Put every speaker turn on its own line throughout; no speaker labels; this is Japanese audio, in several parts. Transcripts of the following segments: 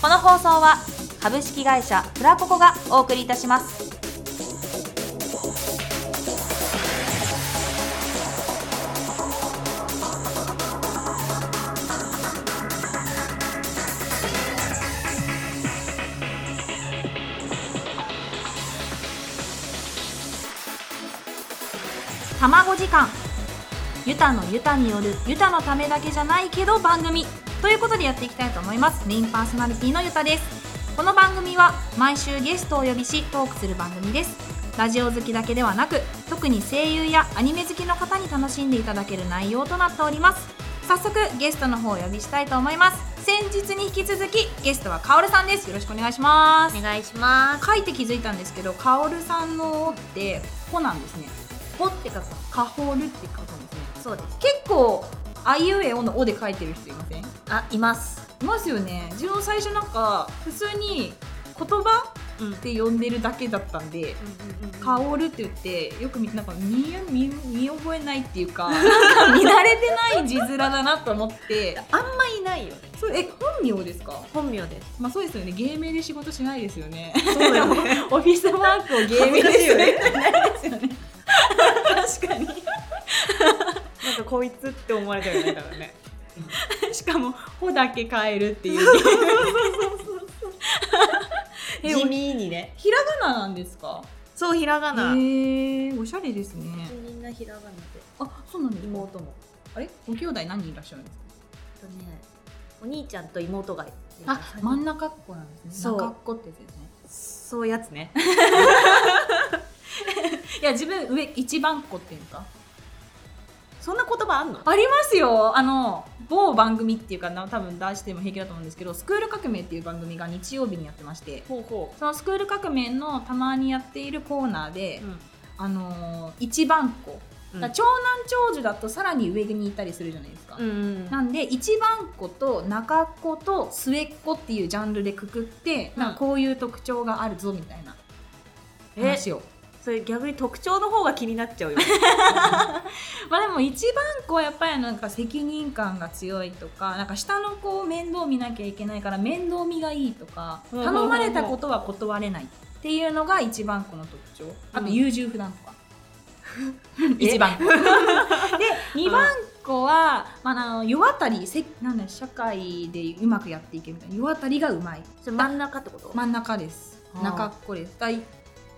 この放送は株式会社フラココがお送りいたします。卵時間ユタのユタによるユタのためだけじゃないけど番組ということでやっていきたいと思いますメインパーソナリティのユタですこの番組は毎週ゲストをお呼びしトークする番組ですラジオ好きだけではなく特に声優やアニメ好きの方に楽しんでいただける内容となっております早速ゲストの方をお呼びしたいと思います先日に引き続きゲストはカオルさんですよろしくお願いします
お願いします。
書いて気づいたんですけど、カオルさんの「お」って「こ」なんですね。
ほって書く。
カホルって書くんですね。
そうです。
結構あいうえおの「お」で書いてる人いませんい
あ、います。
ますよね。自分最初なんか普通に言葉
うん。うん
って呼んでるだけだったんで。
うん
カオルって言ってよくみなんか見見見覚えないっていうかなんか見慣れてない字面だなと思って
あんまいないよね。
それえ本名ですか
本名です。
まあそうですよね芸名で仕事しないですよね
そうよね。
オフィスワークを芸名ですよね。ですよね。確かに。
なんかこいつって思われたよね。だからね。
しかも、ほだけ変えるっていう。 え
地味にね。
ひらがななんですか。
そうひらが
へ
な。
ー、おしゃれですね。
みんなひらがなで。
あ、そうなんですか。
妹も。
あれ、ご兄弟何人いらっしゃるんですか。
えっとね、お兄ちゃんと妹がいる。
あ、真ん中っ子なんですね。
そう
中っ子ってやつですね。
そうやつね。
いや、自分上一番っ子っていうか。
そんな言葉あんの？
ありますよ。あの某番組っていうかな、多分出しても平気だと思うんですけど、スクール革命っていう番組が日曜日にやってまして。
ほうほ
そのスクール革命のたまにやっているコーナーで、
うん。
あのー一番っ子、だから長男長女だとさらに上にいたりするじゃないですか、
うん。
なんで一番っ子と中っ子と末っ子っていうジャンルでくくって、
うん
なんかこういう特徴があるぞみたいな
え、
話を
それ逆に特徴の方が気になっちゃ うよ。
まあでも一番っ子はやっぱりなんか責任感が強いとかなんか下の子を面倒見なきゃいけないから面倒見がいいとか
うん
頼まれたことは断れないっていうのが一番っ子の特徴あと優柔不断とか 一番っ子で二番っ子は、まあ、あの世渡りせなんだろう社会でうまくやっていけるみたいな世渡りがうまい
それ真ん中ってこと？
真ん中です
あー
中っ子ですだい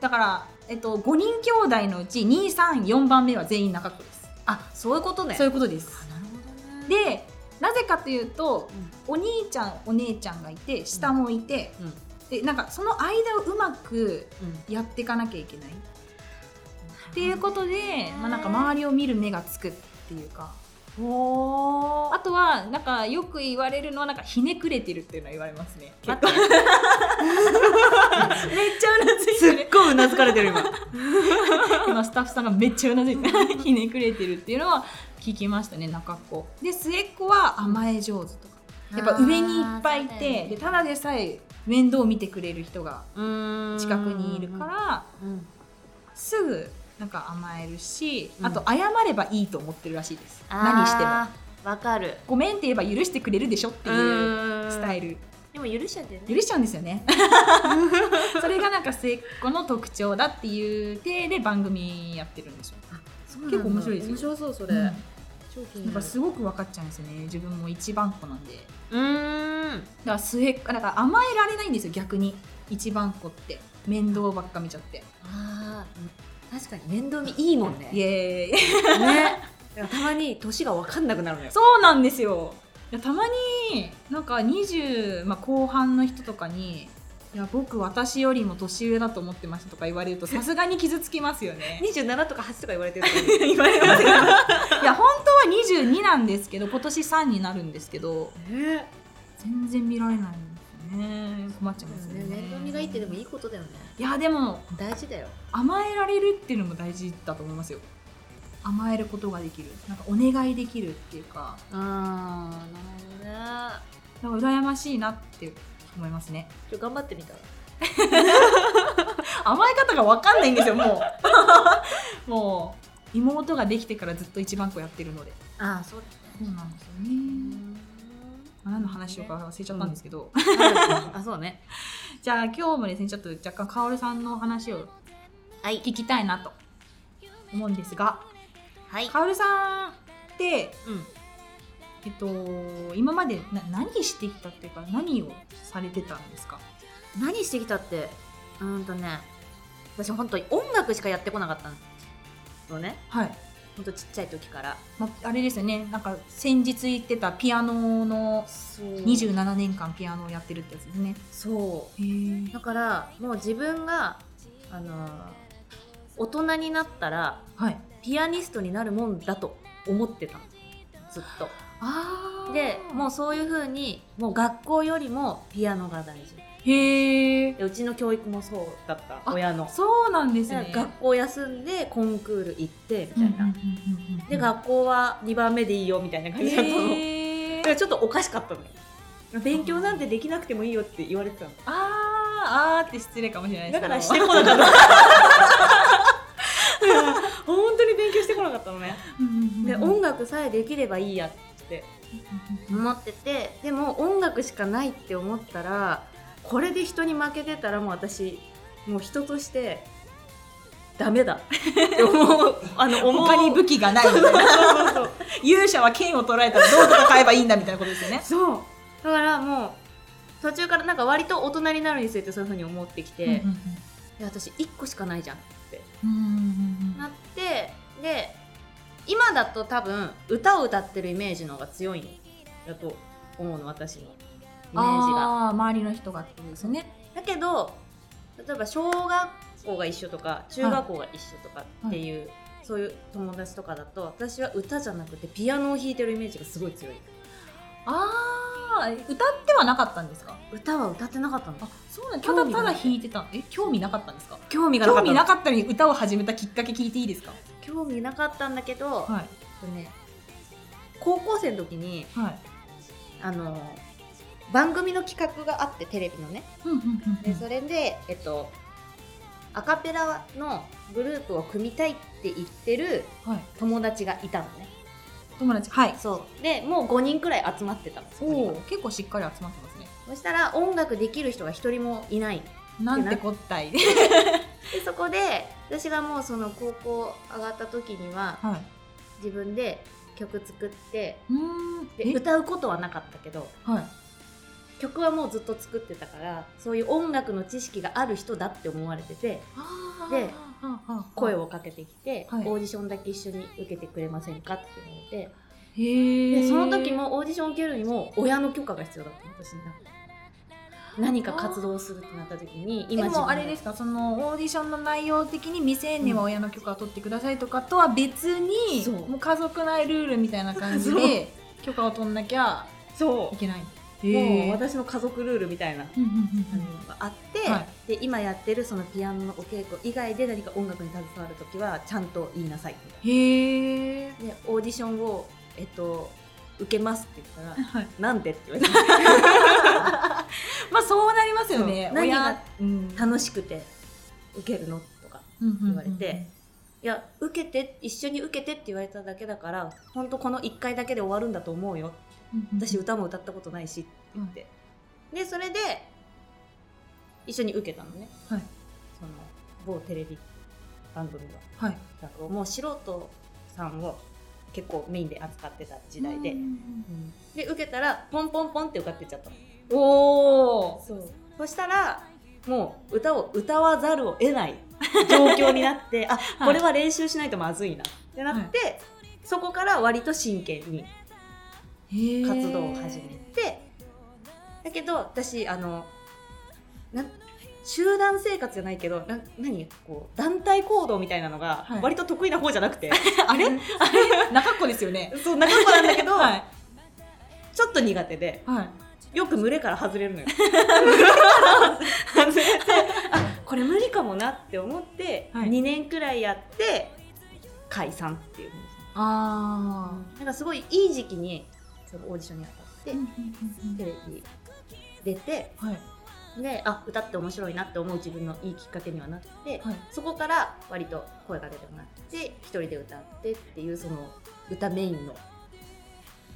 だから、えっと、5人兄弟のうち234番目は全員中っ子です
あ、そういうことね。
そう
い
いうことです
う。なるほどね。
でなぜかというとお兄ちゃんお姉ちゃんがいて下もいて、
うん。うん。
でなんかその間をうまく
うん。
やっていかなきゃいけないっていうことで、
ー
まあ、なんか周りを見る目がつくっていうか
お
あとはなんかよく言われるのはなんかひねくれてるっていうのは言われますね
待っ
結構 めっちゃうなずい
す
て
っ
る
ごいうなずかれてる今
今スタッフさんがめっちゃうなずいてるひねくれてるっていうのは聞きましたね中っ子で末っ子は甘え上手とかやっぱ上にいっぱいいて、でただでさえ面倒を見てくれる人が近
近、
くにいるからら
うん
すぐなんか甘えるし、
うん
あと謝ればいいと思ってるらしいです何しても
あーわかる
ごめんって言えば許してくれるでしょっていうスタイル
でも許しちゃってね
許しちゃうんですよ ねそれがなんか末っ子の特徴だっていう体で番組やってるんですよ、
そうなんだ
結構面白いですよ
面白そうそれ、
うん
超気に
なんか
なる
すごく分かっちゃうんですよね自分も一番っ子なんでだか
うーん
ら末っ子だから甘えられないんですよ逆に一番っ子って面倒ばっか見ちゃって
あー確かに面倒見いいもんね
イエーイ
ねだからたまに年がわかんなくな るのよ
そうなんですよ。いやたまになんか20、まあ、後半の人とかに「いや僕私よりも年上だと思ってました」とか言われ るとさすがに傷つきますよね。
27とか8とか言われてる
言われますよ。いや本当は22なんですけど今年3になるんですけど
ね
全然見られないんですよね困っちゃいますよね。
面倒見がいいってでもいいことだよね
いやでも
大事だよ
甘えられるっていうのも大事だと思いますよ。甘えることができるなんかお願いできるっていうか
ああなるほどね
なんか羨ましいなって思いますね。
ちょ頑張ってみたら
甘え方が分かんないんですよも うもう妹ができてからずっと一番子やってるので
ああそう
そうなんですよね何の話をか忘れちゃったんですけど、
あそうね
じゃあ今日もですねちょっと若干カオルさんの話を
はい
聞きたいなと思うんですが
はい
カオルさんって
うん
えっと今までな何してきたっていうか何をされてたんですか
何してきたってうーんとね私本当に音楽しかやってこなかったのね
はい
本当ちっちゃい時から
まあ、あれですよねなんか先日言ってたピアノの
そう
27年間ピアノをやってるってやつですね
そう
へえ
だからもう自分があのー大人になったら
はい
ピアニストになるもんだと思ってたのずっ
あ
と
ー
でもうそういう風にもう学校よりもピアノが大事
へえ
でうちの教育もそうだった
あ
親の
そうなんです
だか
ね
ら学校休んでコンクール行ってみたいな、で
が
学校は2番目でいいよみたいな感じだったの、
へ
だから
ー
ちょっとおかしかったのよ勉強なんてできなくてもいいよって言われてたの
あーあーって失礼かもしれないで
だ
す
か
けど
らしてこなかった 本当に勉強してこなかったのねで音楽さえできればいいやって思っててでも音楽しかないって思ったらこれで人に負けてたらもう私もう人としてダメだって思うあの思う
他に武器がないみたいな
そうそうそう
勇者は剣を捉えたらどうとか買えばいいんだみたいなことですよね
そうだからもう途中からなんか割と大人になるにつれてそういうふうに思ってきて、いや私1個しかないじゃんってなってで今だと多分歌を歌ってるイメージの方が強いんだと思うの私のイメージが。
あー周りの人がってことですよね
だけど例えば小学校が一緒とか中学校が一緒とかっていう、そういう友達とかだと私は歌じゃなくてピアノを弾いてるイメージがすごい強い
ああ歌ってはなかったんですか
歌は歌ってなかったの
あそうなんただただ
興味がなくて
弾いてたえ興味なかったんですか
興味がなか
興
った
味
の
なかったのに歌を始めたきっかけ聞いていいですか
興味なかったんだけど、
はい
えっとね、高校生の時に
はい
あの番組の企画があってテレビのねでそれで、えっと、アカペラのグループを組みたいって言ってる
はい
友達がいたのね
友達はい
そうでもう5人くらい集まってたのそこに
お
は
お結構しっかり集まってますね
そしたら音楽できる人が一人もいない
なんてこったい
でそこで私がもうその高校上がった時には
はい
自分で曲作って
うーん
で
え
歌うことはなかったけど
はい
曲はもうずっと作ってたからそういう音楽の知識がある人だって思われててで声
を
をかけてきて、
はい
オーディションだけ一緒に受けてくれませんかって言われて
へ
で
え
その時もオーディション受けるにも親の許可が必要だったの私には何か活動をするってなった時に
で
自分
もあれですかそのオーディションの内容的に未成年は親の許可を取ってくださいとかとは別に、
そう
もう家族内ルールみたいな感じで許可を取んなきゃ
そ
いけない。
うもう
私
私の家族ルールみたいな
うんうん
あのがあって、
は
で今やってるそのピアノのお稽古以外で何か音楽に携わる時はちゃんと言いなさいみたい
うん、へえ。
なでオーディションをえっと受けますって言 ったら
はい
なんでって言われて
まあそうなりますよね。
そう何が
親うん
楽しくて受けるのとか言われて、いや受けて一緒に受けてって言われただけだから本当この1回だけで終わるんだと思うよ
うんうん
私歌も歌ったことないしって言って、でそれで一緒に受けたのね、
はい
その某テレビ番組の
はい
企画をもう素人さんを結構メインで扱ってた時代で、
うんうん
で受けたらポンポンポンって受かってっちゃったの
うんおお。
そうそしたらもう歌を歌わざるを 得ない状況になってあこれは練習しないとまずいなってなって、そこから割と真剣に活
活
動を始めてだけど私あのな集団生活じゃないけどな何こう団体行動みたいなのが
はい
割と得意な方じゃなくて、
あれあれ中っ子ですよね。
そう仲間なんだけど、
はい
ちょっと苦手で
はい。
よく群れから外 れるのよ。外れてあこれ無理かもなって思って、
はい
2年くらいやって解散っていう風にし
ああ。
たなんかすごいいい時期にそのオーディションに当たって、
うんうんうんうん
テレビ出て
はい。
であ歌って面白いなって思う自分のいいきっかけにはなって、
はい
そこから割と声が出てもらって一人で歌ってっていうその歌メインの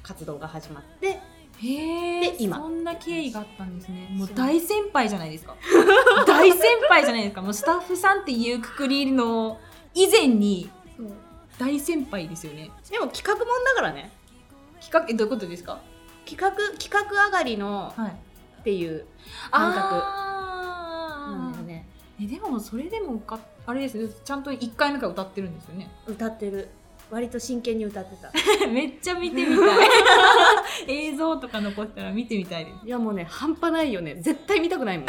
活動が始まって
へえ
で今
そんな経緯があったんですねもう
そう
大先輩じゃない ですか大先輩じゃないですかもうスタッフさんっていうくくりの以前に大先輩ですよね
でも企画もんだからね
企画えどういうことですか
企画企画上がりの
はい
っていう感覚なん
あ
だ
ー
よね
えでもそれでもかあれですねちゃんと1回目から歌ってるんですよね
歌ってる割と真剣に歌って た
めっちゃ見てみたい 映像とか残ったら見てみたいです
いやもうね半端ないよね絶対見たくないもん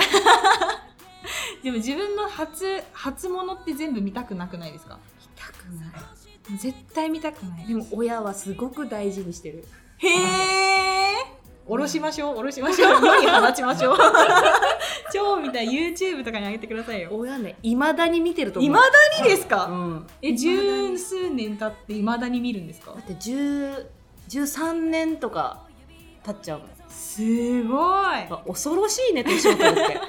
でも自分の初初物って全部見たくなくないですか
たくな
絶対見たくない
でも親はすごく大事にしてる
へえ。おろしましょう、おろしましょ う、世に放ちましょう。超みたい YouTube とかに上げてくださいよ。
親ねいまだに見てると思
いうまだにですか、
うん、
え、十数年経っていまだに見るんですか
だって10 13年とか経っちゃうもんや
すごい
っぱ恐ろしいね年を取るって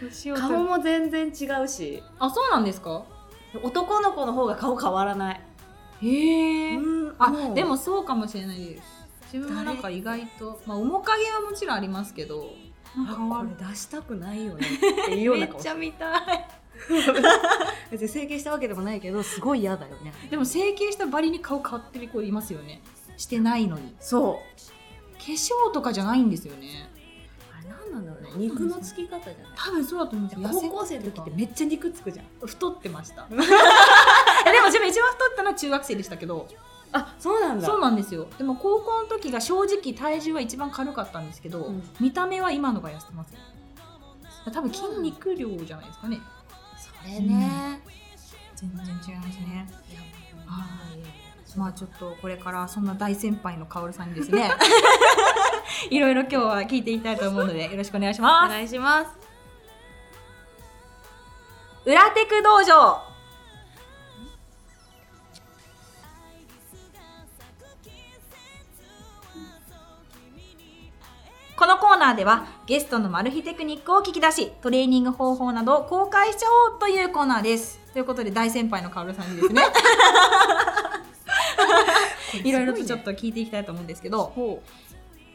年を取る
顔も全然違うし
あ、そうなんですか
男の子の方が顔変わらない
へえ。あ、で
でも
もそうかもしれないです。自分もなんか意外と、まあ面影はもちろんありますけど、なんか
これ出したくないよねっていうよう
め
な
っ
顔
ちゃ見たい。
別に整形したわけでもないけどすごい嫌だよね
でも整形したバリに顔変わってる子いますよね。してないのに。
そう
化粧とかじゃないんですよね。
あれ何なんだろうね肉のつき方じゃない
多分そうだと思うんですよ
高校生の時ってめっちゃ肉つくじゃん
太ってました いやでも自分一番太ったのは中学生でしたけど
あそうなん
そうなんですよでも高校の時が正直体重は一番軽かったんですけど、
うん
見た目は今のが痩せてますよ多分筋肉量じゃないですかね
それね、
全然違いますね
いやもう
はいまあちょっとこれからそんな大先輩のカオルさんにですね いろいろ今日は聞いていきたいと思うのでよろしくお願いし
お
ます
願いします
裏テク道場このコーナーではゲストのマル秘テクニックを聞き出しトレーニング方法などを公開しちゃおうというコーナーですということで大先輩のカオルさんに ですねいろいろとちょっと聞いていきたいと思うんですけど、
ほ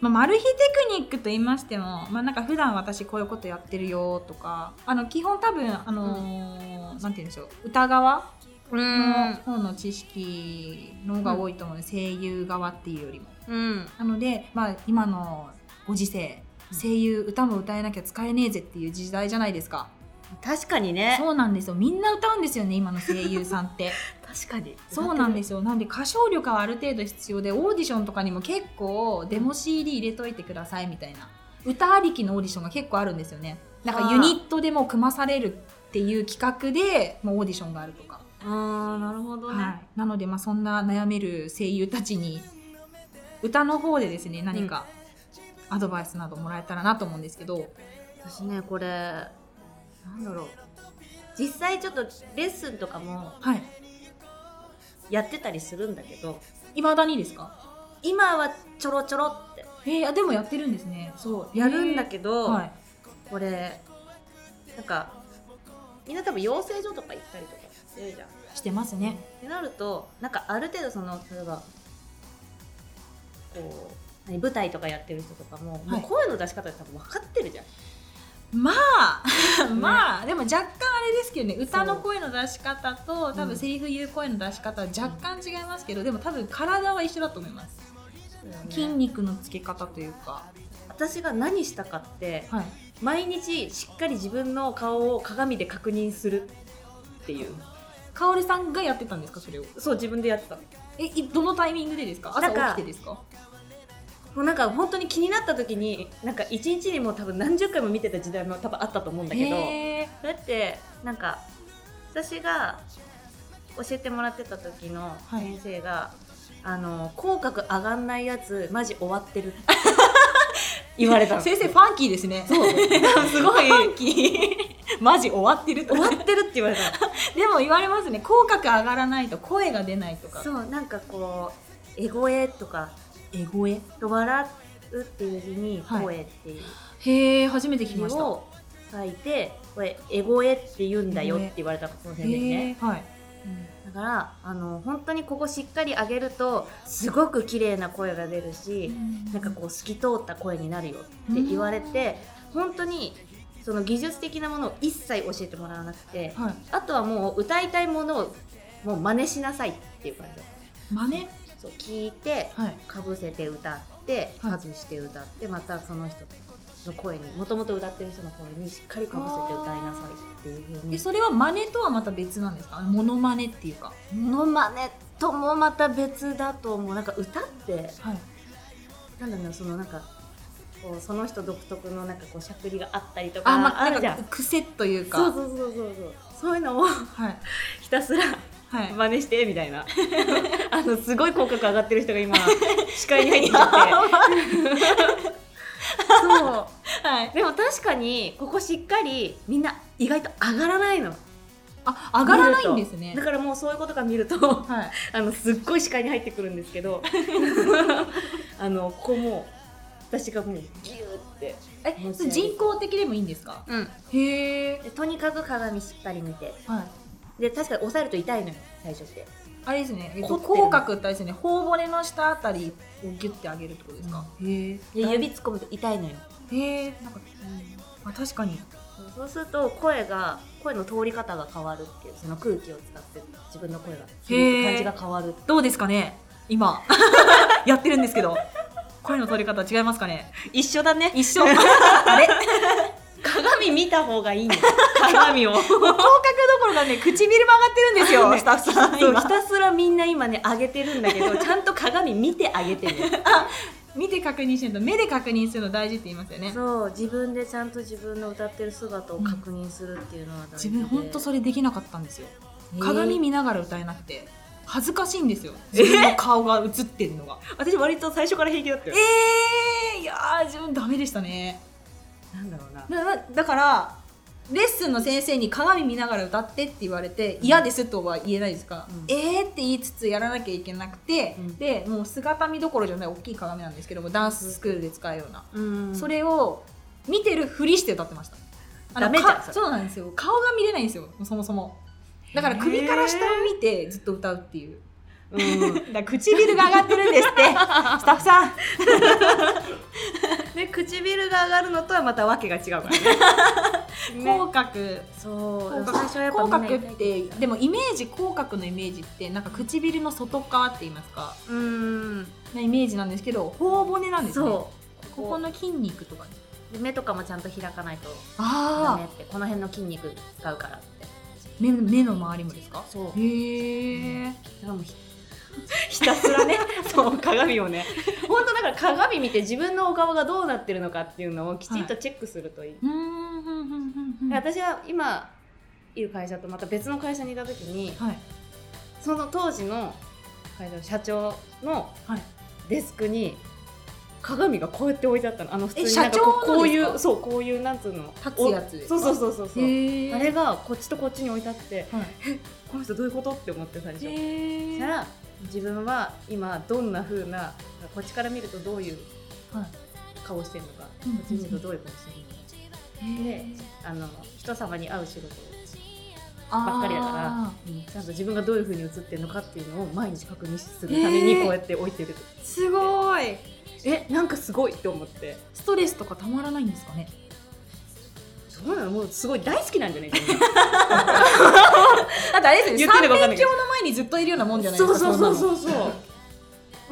まあ、マル秘テクニックと言いましても、まあ、なんか普段私こういうことやってるよとかあの基本多分、あのーなんて言うんでしょう歌側
うう
の方の知識の方が多いと思うので、声優側っていうよりも。
うん
なので、まあ、今のご時世声優歌も歌えなきゃ使えねえぜっていう時代じゃないですか
確かにね
そうなんですよみんな歌うんですよね今の声優さんって
確かに
そうなんですすよなんで歌唱力はある程度必要でオーディションとかにも結構デモ CD 入れといてくださいみたいな歌ありきのオーディションが結構あるんですよねなんかユニットでも組まされるっていう企画でもうオーディションがあるとか
ああなるほどね、
はい、なので、まあ、そんな悩める声優たちに歌の方でですね何かアドバイスなどもらえたらなと思うんですけど、
私ねこれなんだろう実際ちょっとレッスンとかも
はい
やってたりするんだけど
いまだにですか
今はちょろちょろって
えー、あでもやってるんですね
そうやるんだけど、
はい
これなんかみんな多分養成所とか行ったりとかしてるじゃんっ
してますね
てなるとなんかある程度その例えばこう何舞台とかやってる人とかも,、も
は
う
い
声の出し方で多分分かってるじゃん
ま あまあでも若干あれですけどね歌の声の出し方と多
う
分
ん
セリフ言う声の出し方は若干違いますけど、でも多分体は一緒だと思います、筋肉のつけ方というか
私が何したかって
はい
毎日しっかり自分の顔を鏡で確認するっていう
かおりさんがやってたんですかそれを
そう自分でやってたの
えいどのタイミングでですか朝
なん
起
か
きてですか
もうなんか本当に気になった時になんか一日にもう多分何十回も見てた時代も多分あったと思うんだけど
へー
それってなんか私が教えてもらってた時の
はい
先生が、あの口角上がんないやつマジ終わってるって 言われた の
先生ファンキーですね
そうすご い
ファンキー マジ終わってると
終わってるって言われたの
でも言われますね口角上がらないと声が出ないとか
そうなんかこうエゴエとか
エゴエ
笑「う」っていう字に「
はい
声」っていう
へえ初めて聞き
字
ました
を書いてこれ「エゴエ」って言うんだよって言われたその先生に
へ
ね
えはい
だからあの本当にここしっかり上げるとすごく綺麗な声が出るし、なんかこう透き通った声になるよって言われて、本当にその技術的なものを一切教えてもらわなくて
はい
あとはもう歌いたいものをもう真似しなさいっていう感じだった
真似
そう聞いて
はい
かぶせて歌って
はい
外して歌ってまたその人の声にもともと歌ってる人の声にしっかりかぶせて歌いなさいっていうふう
で
に
それは真似とはまた別なんですかモノマネっていうか
モノマネともまた別だと思うなんか歌って
はい
なんだろうなそのなんかこうその人独特のなんかこうしゃくりがあったりとか
あまあ
あるじ
な
ゃ
ん
ん
か癖というか
そうそうそうそうそうそういうのを
はい
ひたすら
はい
真似してみたい なあのすごい口角上がってる人が 今視界に入ってきてそう
はい
でも確かにここしっかりみんな意外と上がらないの
あ上がらないんです
見る
ね
とだからもうそういうことが見ると
はい
あのすっごい視界に入ってくるんです けどあのここもう私がもうギューって、
えそれ人工的でもいいんですか
うん、
へえ
とにかく鏡しっかり見て
はい
で確かに押さえると痛いのよ最初って
あれですね、えっ
凝
と、
ってる
口角ってあれですよね頬骨の下あたりをギュッて上げるってことですか、へえ
で指突っ込むと痛いのよ、
へえなんか、あ確かに
そうすると声が声の通り方が変わるっていうその空気を使って自分の声が響く感じが変わる
どうですかね 今やってるんですけど声の取り方違いますかね
一緒だね
一 緒あれ
鏡見た方がいいんだよ鏡を
もう口角どころかね唇曲がってるんですよ、
ね
スタッフさん
そう
今
ひたすらみんな今ね上げてるんだけ どちゃんと鏡見てあげてね
見て確認してると目で確認するの大事って言いますよね
そう自分でちゃんと自分の歌ってる姿を確認するっていうのは大
自
事で
分ほんとそれできなかったんですよ
えー
鏡見ながら歌えなくて恥ずかしいんですよ自分の顔が映ってるのが
私割と最初から平気だったよ
えー、いやー自分ダメでしたね
なんだろうな
だだだからレッスンの先生に鏡見ながら歌ってって言われて嫌ですとは言えないですか、
うん
えーって言いつつやらなきゃいけなくて、
うん
でもう姿見どころじゃない大きい鏡なんですけどもダンススクールで使うような、
うん
それを見てるふりして歌ってましたあの
ダメじゃん
か
それ
そうなんですよ顔が見れないんですよそもそもだから首から下を見てずっと歌うっていう
うん
だから唇が上がってるんですってスタッフさん
で唇が上がるのとはまたわけが違う からね
口角、
そう
口
最初はやっぱ
角
みんな
っ
痛い
てでもイメージ口角のイメージってなんか唇の外側って言いますか
うーん
なイメージなんですけど頬骨なんですね
そう
ここの筋肉とかね
で目とかもちゃんと開かないとダメ
あ
ってこの辺の筋肉使うからって
目の目の周りもですか
そう
へえ
だからもうひ ひたすら ねそう鏡をね本当だから鏡見て自分のお顔がどうなってるのかっていうのをきちんとチェックするといい、
うんうんうんうんうん
で
はい
私は今いる会社とまた別の会社にいた時にその当時の会社の社長の
はい
デスクに鏡がこうやって置いてあったのあの普通
え
になんかこう
社長
こ
の
う
です
い
か
うそうこういうなんつうの
立つやつですか
おそうそうそうそうそう
へえ
あれがこっちとこっちに置いてあって
はい
この人どういうことって思って最初そし
へえ
たら自分は今どんな風なこっちから見るとどういう
はい
顔してるのかこ
うん
っちに見るとどういう顔してるのか
へ
で
え
あの人様に会う仕事ば
ば
っかりだからちゃんと自分がどういう風に映ってるのかっていうのを毎日確認するためにこうやって置いてる
すごい
えなんかすごいって思って
ストレスとかたまらないんですかね
そうなのもうすごい大好きなん じゃないか
だってあれです
言
よ
っ
三
てるか分かんな
面
いけど
鏡の前にずっといるようなもんじゃないで
そ
す
う
か
そうそう
う
そうそう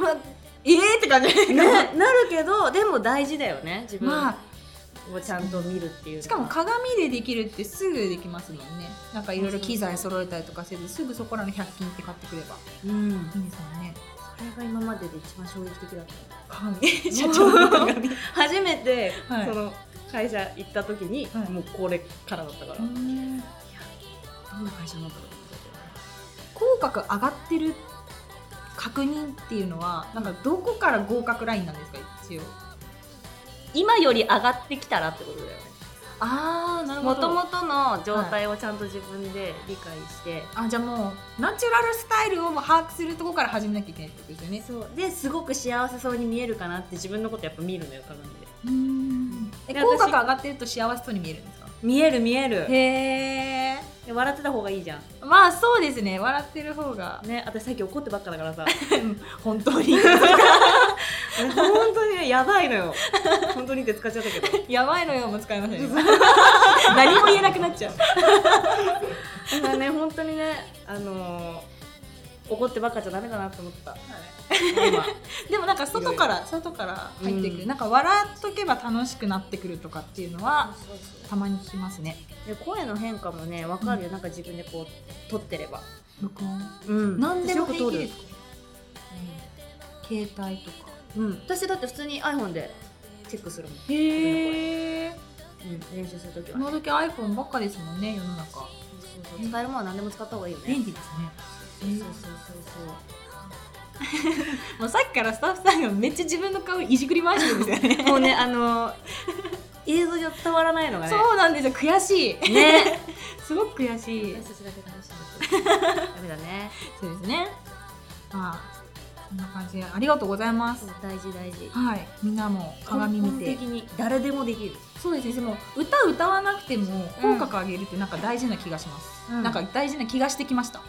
まあええって感じ
ね、なるけどでも大事だよね自分
まあ
をちゃんと見るっていうのは
しかも鏡でできるってすぐできますもんねなんかいろいろ機材揃えたりとかせずすぐそこらの100均って買ってくれば
うん
いいんですもんね
それが今までで一番衝撃的だった
鏡 社
社
長
長
の
の
鏡
鏡 初めて、
はい
その会社行った時に、
はい
もうこれからだったから、
どんな会社なんだろう口角上がってる確認っていうのはなんかどこから合格ラインなんですか一応
今より上がってきたらってことだよね
あーなるほ
もと
ど
もとの状態をちゃんと自分で理解して、
あじゃあもうナチュラルスタイルを把握するとこから始めなきゃいけないってことですよね
そうですごく幸せそうに見えるかなって自分のことやっぱ見るのよ鏡で
うんえ
で
口角
私
上がってると幸せそうに見えるんですか
見える見える
へえ
で笑ってた方がいいじゃん
まあそうですね笑ってる方 が
ね私さっき怒ってばっかだから さ
本当に
俺 本当にねやばいのよ本当にって使っちゃったけど
やばいのよも使いませんよ 何も言えなくなっちゃう
だからね本当にねあのー怒ってばっかじゃダメだなって思った今
でもなんか外から外から入ってくる、
うん
なんか笑っとけば楽しくなってくるとかっていうのはたまに聞きますね
で声の変化もね分かるよ、なんか自分でこう撮ってれば、
録音
うん
何でも
私
平
よく
気
撮
で
る
すか、携帯とか
うん、私だって普通に iPhone でチェックするもん、
へえ
うん、練習するときは、
今時 iPhone ばっかですもんね世の中
そうそうそう使えるものは何でも使った方がいいよね、
便利ですね
そうそうそう
もうさっきからスタッフさんがめっちゃ自分の顔いじくり回してるんですよね
そうもうねあのー 映像上伝わらないのがね
そうなんですよ悔しい
ね
すごく悔しい
私たちだけ楽しんでる ダメだね
そうですねまあこんな感じでありがとうございます
大事大事
はいみんなも鏡見
根
て
本的に誰でもできる、
そうですねでも歌歌わなくても口角上げるってなんか大事な気がします、なんか大事な気がしてきました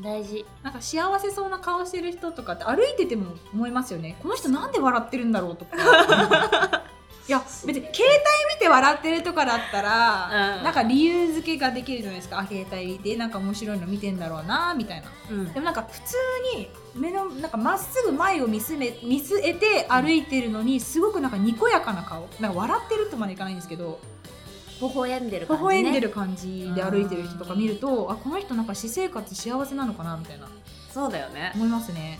大事
なんか幸せそうな顔してる人とかって歩いてても思いますよねこの人なんで笑ってるんだろうとか いや別に携帯見て笑ってるとかだったら、
うん
なんか理由付けができるじゃないですかあ携帯見てなんか面白いの見てんだろうなみたいな
うん
でもなんか普通に目のなんかまっすぐ前を見すめ見据えて歩いてるのにすごくなんかにこやかな顔なんか笑ってるとまでいかないんですけど
微笑んでる
微
感じ、
笑
ね、
んでる感じで歩いてる人とか見るとあこの人なんか私生活幸せなのかなみたいな
そうだ よね
思いますね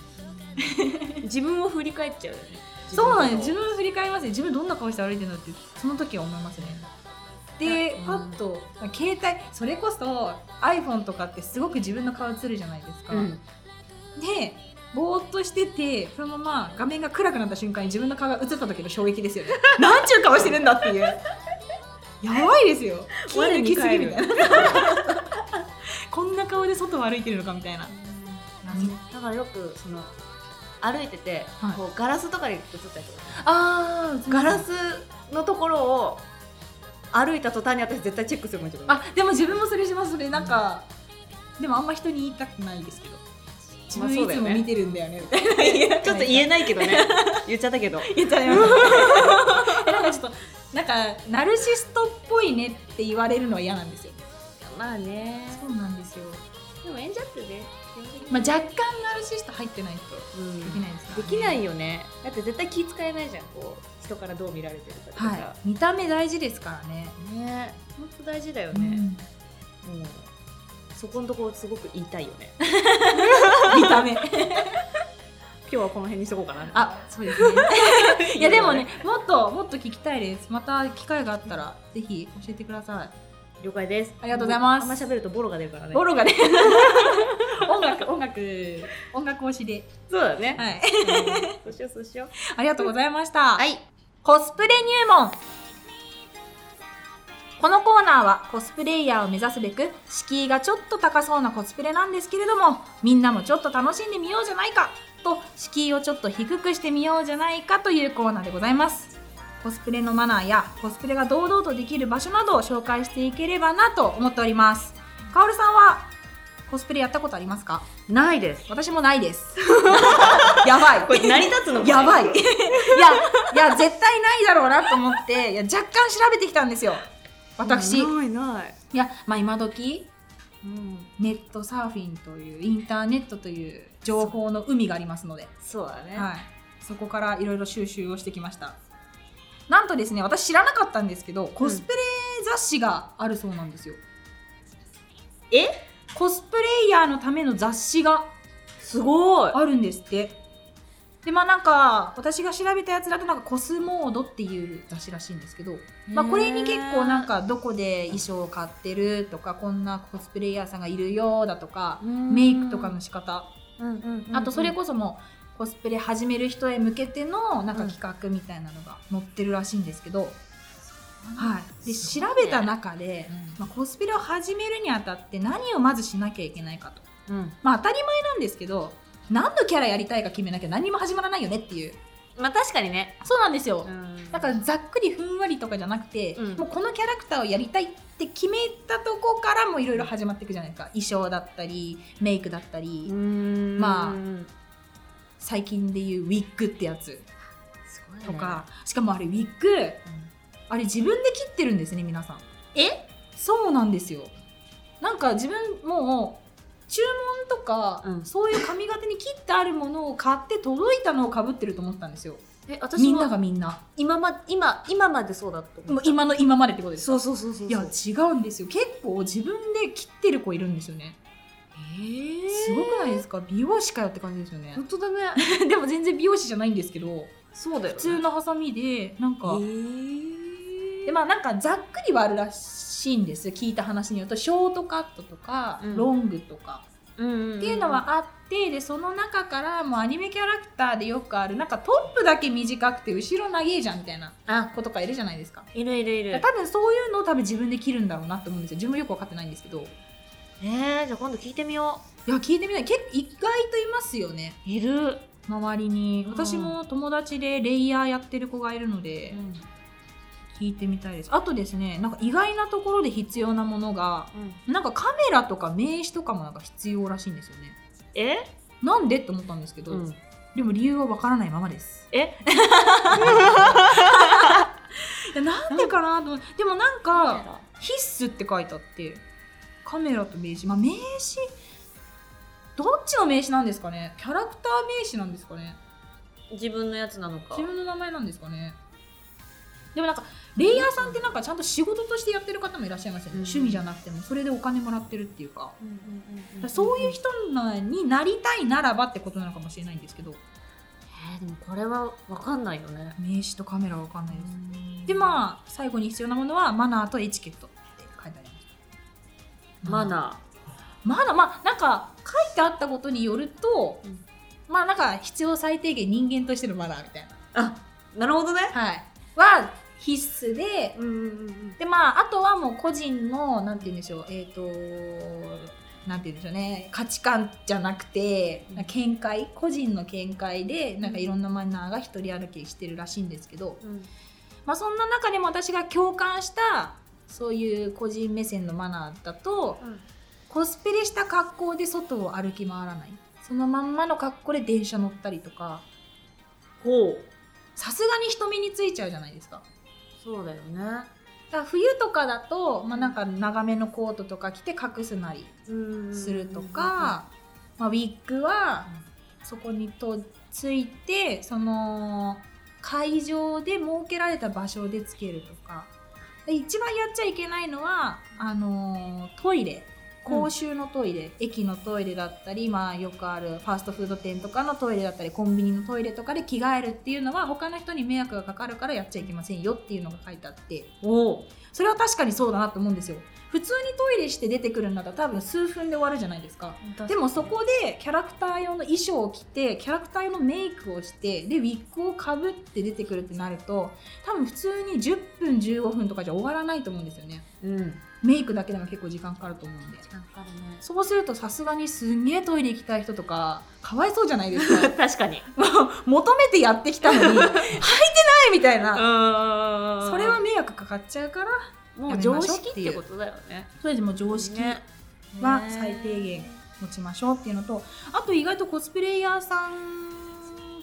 自分を振り返っちゃうよね
そうなんです自分を振り返りますね自分どんな顔して歩いてるのってその時は思いますねで
うん
パッと携帯それこそ iPhone とかってすごく自分の顔映るじゃないですか、
うん
でぼーっとしててそのまま画面が暗くなった瞬間に自分の顔が映った時の衝撃 ですよねなんちゅう顔してるんだっていうやばいですよ気抜きすぎみたいなこんな顔で外を歩いてるのかみたいな
だからよくその歩いてて、
はい
こうガラスとかで映ったりとか
あ
ガラスのところを歩いた途端に私絶対チェックするもん自分
あでも自分もそれしますそれなんかでもあんま人に言いたくないですけど自分
まあそう
い
だ
つ
よ
も
ね
見てるんだよねみたいな
ちょっと言えないけどね 言っちゃったけど
言っちゃいます なんかちょっとなんかナルシストっぽいねって言われるのは嫌なんですよ
まあね
そうなんですよ、
でも演者ってね
まあ、若干ナルシスト入ってないと
うん
できないですからね、
できないよねだって絶対気使えないじゃんこう人からどう見られてるかとかさ、
はい見た目大事ですからね
ねほんと大事だよ
う
ね、
ん
もうそこのところすごく言いたいよ ね
見た目
今日はこの辺にしとこうかな
あそうですね いやでもねもっともっと聞きたいですまた機会があったらぜひ教えてください
了解です
ありがとうございます
あんま喋るとボロが出るからね
ボロがね 音楽音楽音楽推しで、
そうだね、
はい、
そうしようそうしよう
ありがとうございました、
はい
コスプレ入門このコーナーはコスプレイヤーを目指すべく敷居がちょっと高そうなコスプレなんですけれどもみんなもちょっと楽しんでみようじゃないかと敷居をちょっと低くしてみようじゃないかというコーナーでございますコスプレのマナーやコスプレが堂々とできる場所などを紹介していければなと思っておりますかおるさんはコスプレやったことありますか
ないです
私もないですやばい
これ成り立つの
やばいいやいや絶対ないだろうなと思っていや若干調べてきたんですよ私い
ないない、
やまあ今時
うん、
ネットサーフィンというインターネットという情報の海がありますので、
そうだね、
はい、そこからいろいろ収集をしてきましたなんとですね私知らなかったんですけどコスプレ雑誌があるそうなんですよ、
え
コスプレイヤーのための雑誌が
すごい
あるんですってでまあなんか私が調べたやつだとなんかコスモードっていう雑誌らしいんですけど、まあ、これに結構なんかどこで衣装を買ってるとかこんなコスプレイヤーさんがいるよだとかメイクとかの、仕方
うんうんうんうん
あとそれこそもうコスプレ始める人へ向けてのなんか企画みたいなのが載ってるらしいんですけどはい、で調べた中で、まあ、コスプレを始めるにあたって何をまずしなきゃいけないかと、
うん
まあ、当たり前なんですけど何のキャラやりたいか決めなきゃ何も始まらないよねっていう
まあ確かにね
そうなんですよ、
ん
だからざっくりふんわりとかじゃなくて、
うん
もうこのキャラクターをやりたいって決めたとこからもいろいろ始まっていくじゃないですか衣装だったりメイクだったり、
ん
ま最近でいうウィッグってやつ
すごいね
とか、しかもあれウィッグあれ自分で切ってるんですね皆さん
え
そうなんですよなんか自分もう注文とか、
うん
そういう髪型に切ってあるものを買って届いたのをかぶってると思ってたんですよ
え私も
みんながみんな
今ま今今までそうだと思
も
っ
う
た
今の今までってことですか
そうそうそうそう
いや違うんですよ結構自分で切ってる子いるんですよね
えー
すごくないですか美容師かよって感じですよね
本当だ ね
でも全然美容師じゃないんですけど
そうだよ
普通のハサミでなんか、で
え
まあなんかざっくりはあるらしいんですよ聞いた話によるとショートカットとか、
うん
ロングとか
っ
っていうのはあってでその中からもうアニメキャラクターでよくあるなんかトップだけ短くて後ろ長えじゃんみたいな
あ
子とかいるじゃないですか
いるいるい
多
る
分そういうのを多分自分で切るんだろうなと思うんですよ自分もよく分かってないんですけど
えー、じゃあ今度聞いてみよ
いや聞いてみない結構意外といますよね
ういる、
周りに
うん
私も友達でレイヤーやってる子がいるので
うん
聞いてみたいですあとですねなんか意外なところで必要なものがなんかカメラとか名刺とかもなんか必要らしいんですよね
え、
なんでって思ったんですけど、でも理由はわから ないままです
え
いやなんでかなと思ってでもなんか必須って書いてあってカメラと名刺まあ名刺どっちの名刺なんですかねキャラクター名刺なんですかね
自分のやつなのか
自分の名前なんですかねでもなんかレイヤーさんってなんかちゃんと仕事としてやってる方もいらっしゃいますよね、
うん
趣味じゃなくてもそれでお金もらってるっていうか,、
うんうんうんうんうん
そういう人になりたいならばってことなのかもしれないんですけど
えーでもこれは分かんないよね
名刺とカメラは分かんないです、でまあ最後に必要なものはマナーとエチケットって書いてあります
マナ
まだまあなんか書いてあったことによると、
うん
まあなんか必要最低限人間としてのマナーみたいな、
ーあなるほどね
はい、は必須で
うんうんうん
でまああとはもう個人のなんて言うんでしょうえっ、となんて言うんでしょうね価値観じゃなくて
うん
なんか見解個人の見解でなんかいろんなマナーが一人歩きしてるらしいんですけど、
うん
まあ、そんな中でも私が共感したそういう個人目線のマナーだと、コスプレした格好で外を歩き回らないそのまんまの格好で電車乗ったりとか
ほう
さすがに人目についちゃうじゃないですか
そうだよね
だから冬とかだと、まあ、なんか長めのコートとか着て隠すなりす
す
るとか、まあ、ウィッグはそこにとついてその会場で設けられた場所でつけるとかで一番やっちゃいけないのはあのートイレ公衆のトイレ、駅のトイレだったり、まあ、よくあるファーストフード店とかのトイレだったりコンビニのトイレとかで着替えるっていうのは他の人に迷惑がかかるからやっちゃいけませんよっていうのが書いてあって
お
それは確かにそうだなと思うんですよ普通にトイレして出てくるんだったら多分数分で終わるじゃないですかでもそこでキャラクター用の衣装を着てキャラクター用のメイクをしてでウィッグをかぶって出てくるってなると多分普通に10分15分とかじゃ終わらないと思うんですよね
うん
メイクだけでも結構時間かかると思うんで
時間かかるね
そうするとさすがにすんげえトイレ行きたい人とかかわいそうじゃないですか
確かに
求めてやってきた のに履いてないみたいな
そ
それは迷惑かかっちゃうから
もう常識ってことだよね
それでも常識
ね
は
ね
最低限持ちましょうっていうのとあと意外とコスプレイヤーさん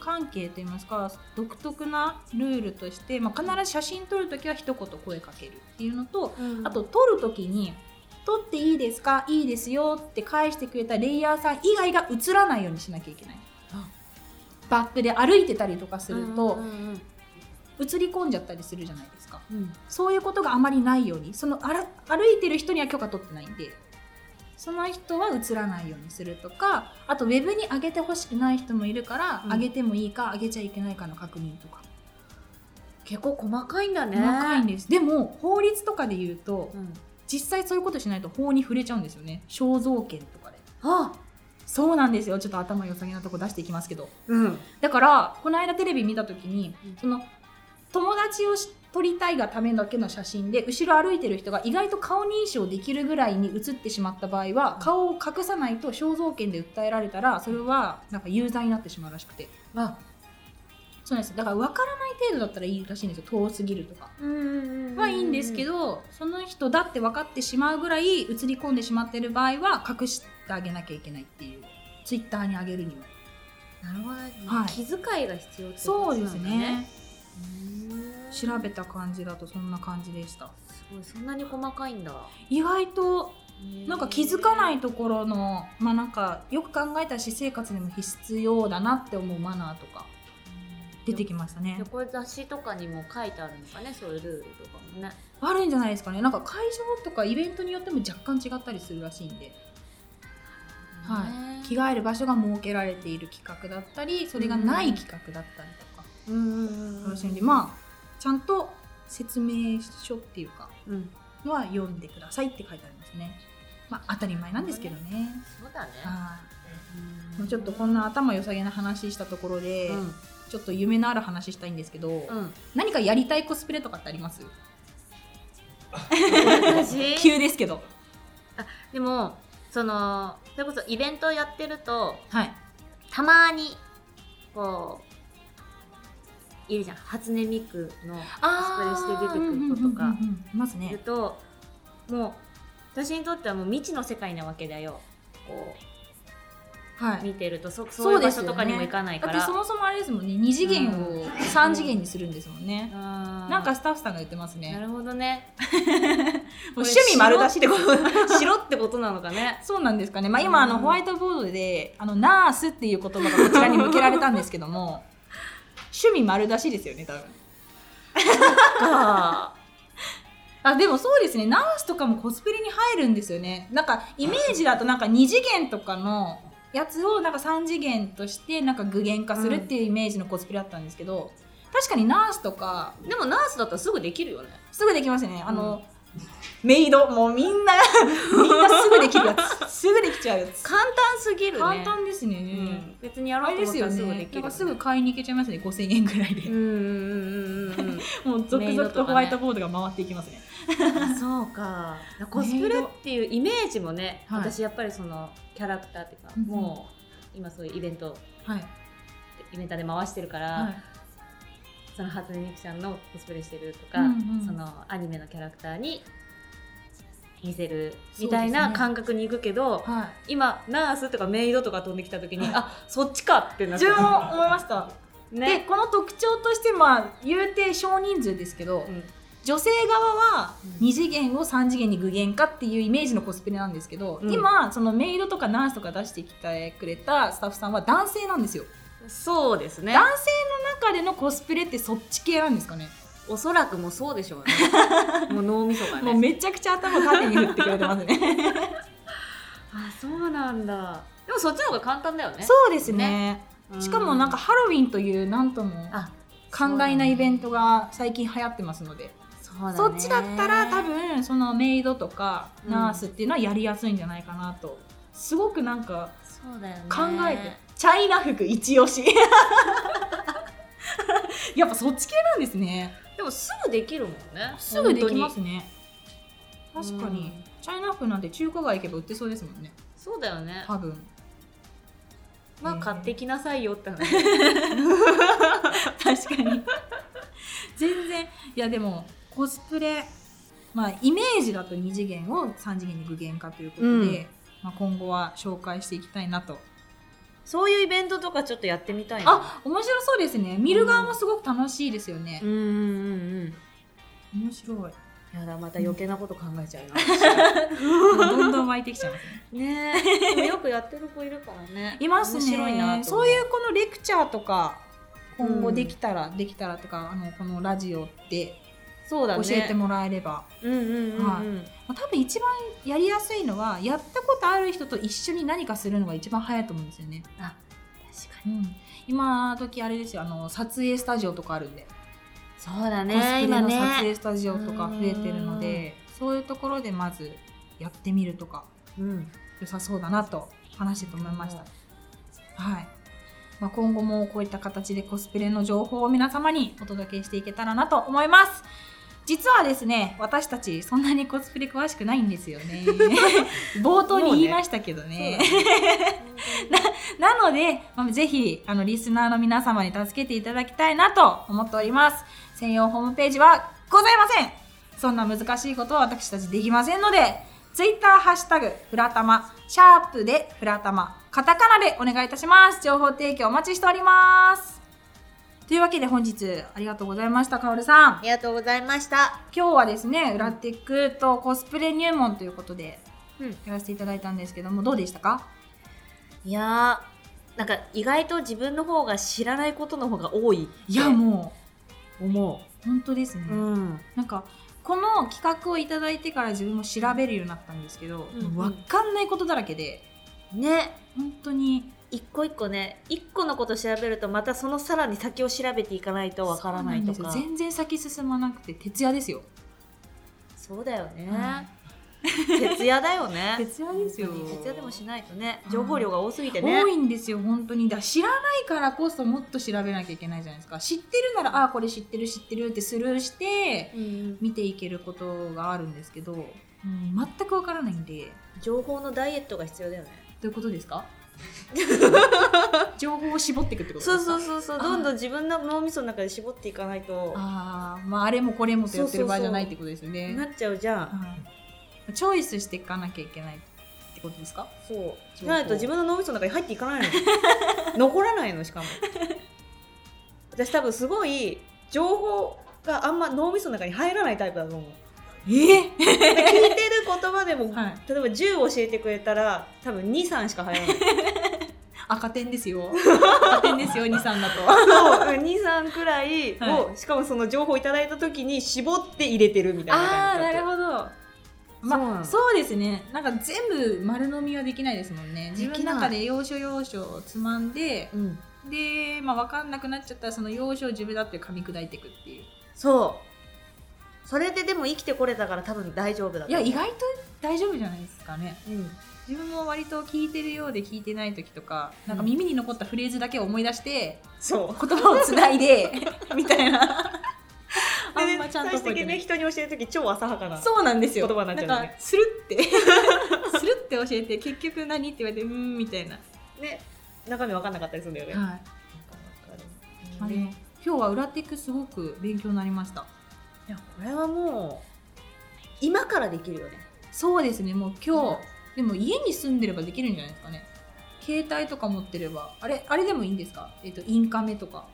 関係といいますか独特なルールとして、まあ、必ず写真撮るときは一言声かけるっていうのとあと撮るときに「撮っていいですかいいですよ」って返してくれたレイヤーさん以外が映らないようにしなきゃいけない
あ。
バックで歩いてたりとかす
する
る
と
と映り込んじゃったりするじゃないですかそういうことがあまりないようにそのあら歩いてる人には許可取ってないんでその人は映らないようにするとかあとウェブに上げてほしくない人もいるから、
うん
上げてもいいか上げちゃいけないかの確認とか
結構細かいんだね
細かいんですでも法律とかで言うと
うん
実際そういうことしないと法に触れちゃうんですよね肖像権とかで
あ
そうなんですよちょっと頭良さげなとこ出していきますけど
うん
だからこの間テレビ見た時に
うん
その友達をし撮りたいがためだけの写真で後ろ歩いてる人が意外と顔認証できるぐらいに写ってしまった場合は顔を隠さないと肖像権で訴えられたらそれはなんか有罪になってしまうらしくて
あ
そうなんですだから分からない程度だったらいいらしいんですよ遠すぎるとか
うん
はいいんですけ
ど
どその人だって分かってしまうぐらい写り込んでしまってる場合は隠してあげなきゃいけないっていうツイッターにあげるにも
なるほど、ね
はい
気遣いが必要ってこ
そう
と
で
な
す
んだ
ね
うーん
調べた感じだとそんな感じでした
すごいそんなに細かいんだ
意外となんか気づかないところのまあなんかよく考えたら私生活にも必要だなって思うマナーとか出てきましたね
でこれ雑誌とかにも書いてあるのかねそういうルールとかもね
あるんじゃないですかねなんか会場とかイベントによっても若干違ったりするらしいんではい
ね
着替える場所が設けられている企画だったりそれがない企画だったりとか
うんうんうん
楽しんでまあちゃんと説明書っていうか
うん
のは読んでくださいって書いてありますねまあ当たり前なんですけどね
そうだね
はい
うん
もうちょっとこんな頭良さげな話したところで、
うん
ちょっと夢のある話したいんですけど、
うん
何かやりたいコスプレとかってあります
私
急ですけど
でもそのそれこそイベントやってると
はい
たまにこういるじゃん初音ミクの
あ
コスプレして出てくる子とか
います
い
ね
るともう私にとってはもう未知の世界なわけだよこ
は
う
い
見てるとそそう
そ
いうう場
ですよ
所
ね
とかにも行かない
だ
か
って
ら
そもそもあれですもんね2次元を3次元にするんですもんね、な
なん
かスタッフさんが言ってますね
なるほどね
もう趣味丸出しってこと
白ってことなのかね
そうなんですかね、まあ、今あのホワイトボードで「あのナース」っていう言葉がこちらに向けられたんですけど も趣味丸出しですよね多分
か
あでもそうですねナースとかもコスプレに入るんですよねなんかイメージだとなんか2次元とかのやつをなんか3次元としてなんか具現化するっていうイメージのコスプレだったんですけど、確かにナースとか
でもナースだったらすぐできるよね
すぐできますねあの、メイドもうみんなみんなすぐできるやつすぐできちゃうやつ
簡単すぎるね
簡単ですね、
うん別にや
あ
ろ
れ
うと
で
思っ
す
た
よ
らすぐ
ね
できるよね
なんかすぐ買いに行けちゃいますね5000円ぐらいで
うん、うんうんうんうん
もう続々とホワイトボードが回っていきますね
あそうかコスプレっていうイメージもね、
はい
私やっぱりそのキャラクターっていうか、
うんうん
もう今そういうイベント
はい、
イベンターで回してるから、
はい、
その初音ミクちゃんのコスプレしてるとか、
うんうん
そのアニメのキャラクターに見せる
すね
みたいな感覚に行くけど、
はい
今ナースとかメイドとか飛んできた時に、あそっちかってなっ
自
て
分も思いましたで
ね
この特徴としてまあ言うて少人数ですけど、
うん
女性側は
うん
2次元を3次元に具現化っていうイメージのコスプレなんですけど、
うん
今そのメイドとかナースとか出してきてくれたスタッフさんは男性なんですよ、
そうですね
男性の中でのコスプレってそっち系なんですかね
おそらくもうそうでしょうね もう脳みそが
もう
ね
めちゃくちゃ頭縦に振ってくれてますね
あそうなんだでもそっちの方が簡単だよね
そうですね
う
しかもなんかハロウィンというなんとも
あ
寛大なイベントが最近流行ってますので
そうだね
そっちだったら多分そのメイドとか
うん
ナースっていうのはやりやすいんじゃないかなと、すごくなんか
そうだよね
考えて、チャイナ服一押し やっぱそっち系なんですね
でもすぐできるもんね
すぐできます
本
ね
当に
確かに、
うん
チャイナ服なんて中華街行けば売ってそうですもんね
そうだよね
多分
まあ
ね
買ってきなさいよって話
確かに 全然いやでもコスプレまあイメージだと2次元を3次元に具現化ということで、
うん
まあ、今後は紹介していきたいなと
そういうイベントとかちょっとやってみたいな
あ面白そうですね見る側もすごく楽しいですよね
うん、うんうん
面白い
うんやだまた余計なこと考えちゃうな
どんどん湧いてきちゃいますね
ね えでもよくやってる子いるからね
いますね
面白いなと思
そういうこのレクチャーとか今後
うん
できたら、できたらとかあのこのラジオで
そうだ
教
ね
えてもらえれば、
うんうんうん、うん
はまあ、多分一番やりやすいのはやったことある人と一緒に何かするのが一番早いと思うんですよね、
あ確かに
うん、今時あれですよあの撮影スタジオとかあるんで
そうだ
コ
ね
スプレ
今
の撮影
ね
スタジオとか増えてるので、そういうところでまずやってみるとか
うん
良さそうだなと話してて思いました、はいまあ、今後もこういった形でコスプレの情報を皆様にお届けしていけたらなと思います。実はですね、私たちそんなにコスプレ詳しくないんですよね。冒頭に言いましたけどね。なので、まあ、ぜひ、あの、リスナーの皆様に助けていただきたいなと思っております。専用ホームページはございませんそんな難しいことは私たちできませんので、ツイッターハッシュタグ、フラタマ、シャープでフラタマ、カタカナでお願いいたします。情報提供お待ちしております。というわけで本日ありがとうございました、カオルさん
あ。りがとうございました。
今日はですね、裏テックとコスプレ入門ということで
うん、
やらせていただいたんですけども、どうでしたか
いやー、なんか意外と自分の方が知らないことの方が多い。
いや、も
う思
う、本当ですね。
うん。
なんかこの企画をいただいてから自分も調べるようになったんですけど、
うんうん
わかんないことだらけで
ね、
本当に
一個一個ね、一個のこと調べるとまたそのさらに先を調べていかないとわからないと
そう
か。
ん
そ
です
う
よ全然先進まなくて徹夜ですよ、
だよね。
はい
徹夜だよね。
徹夜ですよ
本当に徹夜でもしないとね、情報量が多すぎてね。
多いんですよ本当にだ知らないからこそもっと調べなきゃいけないじゃないですか知ってるならああこれ知ってる知ってるってスルーして
うん
見ていけることがあるんですけど、うん、全くわからないんで
情報のダイエットが必要だよね。
どういうことです か情報を絞っていくってことです
そう
か
そうそうそう、
あー
どんどん自分の脳みその中で絞っていかないと、
あー、まあ、あれもこれもとやってる場合じゃないってことですよね。
なっちゃうじゃん。
うんチョイスしていかなきゃいけないってことですか
そ
情報
う。ないと自分の脳みその中に入っていかないの。残らないのしか も。私多分すごい情報があんま脳みその中に入らないタイプだ と思う。
ええ
聞いてる言葉でも、
はい
例えば10教えてくれたら多分23しか入ら ない。
赤点です よ。赤点ですよ、2、3だ と。
そう23くらいを、
は
しかもその情報をいただいた時に絞って入れてるみたいな感じだった。
ほど。
そうな
まあ、
の
そうですね。なんか全部丸飲みはできないですもんね。
でき
自
ない
分の中で要所要所つまんで、
うん、
で、まあ、わかんなくなっちゃったら、その要所を自分だって噛み砕いていくっていう。
そうそれででも生きてこれたから多分大丈夫だと
いや、
思う
意外と大丈夫じゃないですかね。
うん、
自分も割と聞いてるようで聞いてない時とか、なんか耳に残ったフレーズだけを思い出して、
そう
言葉をつない でみたいなあんま
で
ちゃん
最
と
終
覚え
的
て
に
な
ね
い
人に教える時超浅はかな
そうなんですよ
言葉になっちゃうんだね
んかスルって スルって教えて結局何って言われてうーんみたいな、
ね中身分かんなかったりするんだよね、
はいあ
あ
の
れい
今日は裏テクすごく勉強になりました
やこれはもう今からできるよね
そうですねもう今日、でも家に住んでればできるんじゃないですかね携帯とか持ってればあれあれでもいいんですかえっ、とインカメとか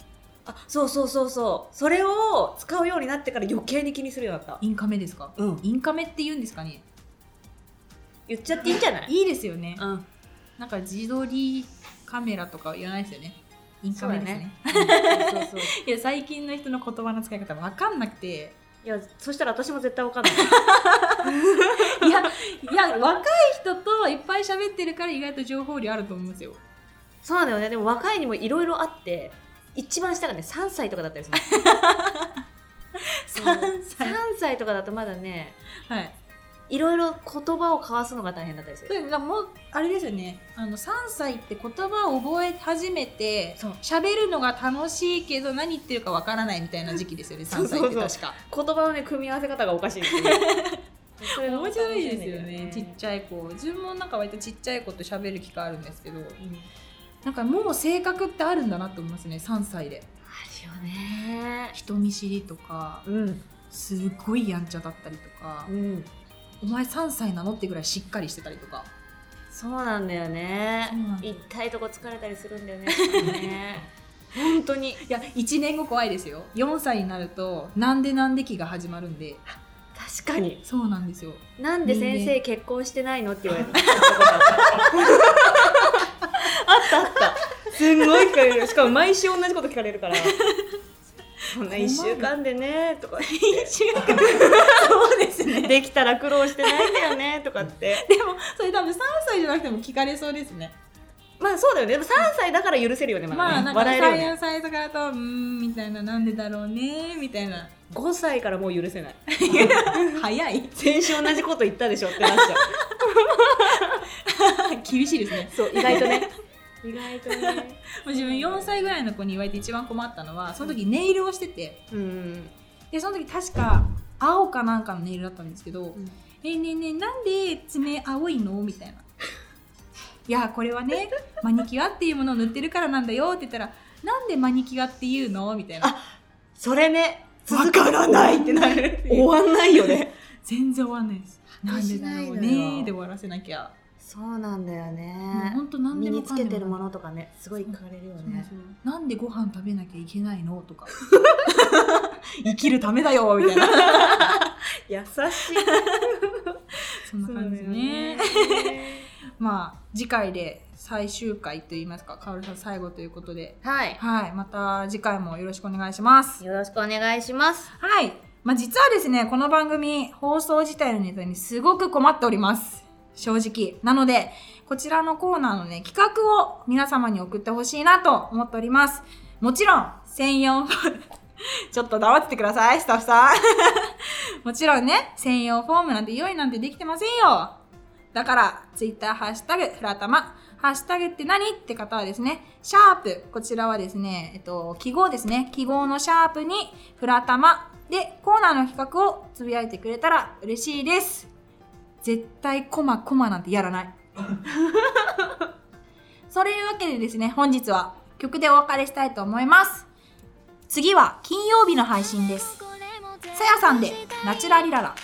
あそうそうそうそうそれを使うようになってから余計に気にするようになった
インカメですか
うん
インカメって言うんですかね
言っちゃっていいんじゃない
いいですよね
うん
なんか自撮りカメラとか言わないですよねインカメですね
そうそうそう
いや最近の人の言葉の使い方分かんなく て
いやそしたら私も絶対分かんない
いやいや若い人といっぱい喋ってるから意外と情報量あると思うんですよ
そうなんだよねでも若いにもいろいろあって一番下がね3歳とかだったりする
3
3歳とかだとまだね
はい
いろいろ言葉を交わすのが大変だったりす
そ
る
れもうあれですよねあの3歳って言葉を覚え始めて
そう
喋るのが楽しいけど何言ってるか分からないみたいな時期ですよね3歳って確か
そうそう言葉のね組み合わせ方がおかしいっていうそれが
面白いですよねちっ
ち
ちゃい子自分もなんか割とちっちゃい子と喋る機会あるんですけどなんかもう性格ってあるんだなと思いますね3歳で
ゃいあるよね
人見知りとか
うん
すごいやんちゃだったりとか、
うん
お前3歳なのってぐらいしっかりしてたりとか
そうなんだよね
そうなんだ
一体とこ疲れたりするんだよねしかもね 本当に
いや1年後怖いですよ4歳になるとなんでなんで期が始まるんで
確かに
そうなんですよ
なんで先
人
生結婚してないのって言われ たあったあったすんごい聞かれるしかも毎週同じこと聞かれるからそんな1週間でねとか言って
そうですね
できたら苦労してないんだよねとかって
でもそれ多分3歳じゃなくても聞かれそうですね
まあそうだよねでも3歳だから許せるよね,、ま
まあなん
だね
か
笑える
34
よね
歳とかだとうーんみたいななんでだろうねみたいな
5歳からもう許せない
早 い
先週同じこと言ったでしょってなっちゃう
厳しいですね
そう意外とね意外とね
自分4歳ぐらいの子に言われて一番困ったのはその時ネイルをしてて
うん
でその時確か青かなんかのネイルだったんですけど「
ん
えねえねえなんで爪青いの?」みたいな「いやこれは ねマニキュアっていうものを塗ってるからなんだよ」って言ったら「なんでマニキュアっていうの?」みたいな
あそれね続からないってなる終わんないよね
全然終わんないですなんでだろう
しないの
ね
よ
で終わらせなきゃ
そうなんだよ
もう
ね
ほんと何
身
でも
に
か
つ
んで
け
も
てるものとかねすごい聞かれるよね
そうそうなんでご飯食べなきゃいけないの とか生きるためだよみたいな
優しい
そんな感じねまあ次回で最終回といいますかカオルさん最後ということで
はい
はいまた次回もよろしくお願いします
よろしくお願いします
はいまあ実はですねこの番組放送自体のネタにすごく困っております正直なのでこちらのコーナーのね企画を皆様に送ってほしいなと思っておりますもちろん専用 ちょっと黙っててくださいスタッフさん もちろんね専用フォームなんて用意なんてできてませんよだから、ツイッター、ハッシュタグ、フラタマ、ハッシュタグって何って方はですね、シャープ、こちらはですね、えっと、記号ですね、記号のシャープに、フラタマで、コーナーの企画をつぶやいてくれたら嬉しいです。絶対、コマ、コマなんてやらない。 それいうわけでですね、本日は曲でお別れしたいと思います。次は金曜日の配信です。さやさんで、ナチュラリララ。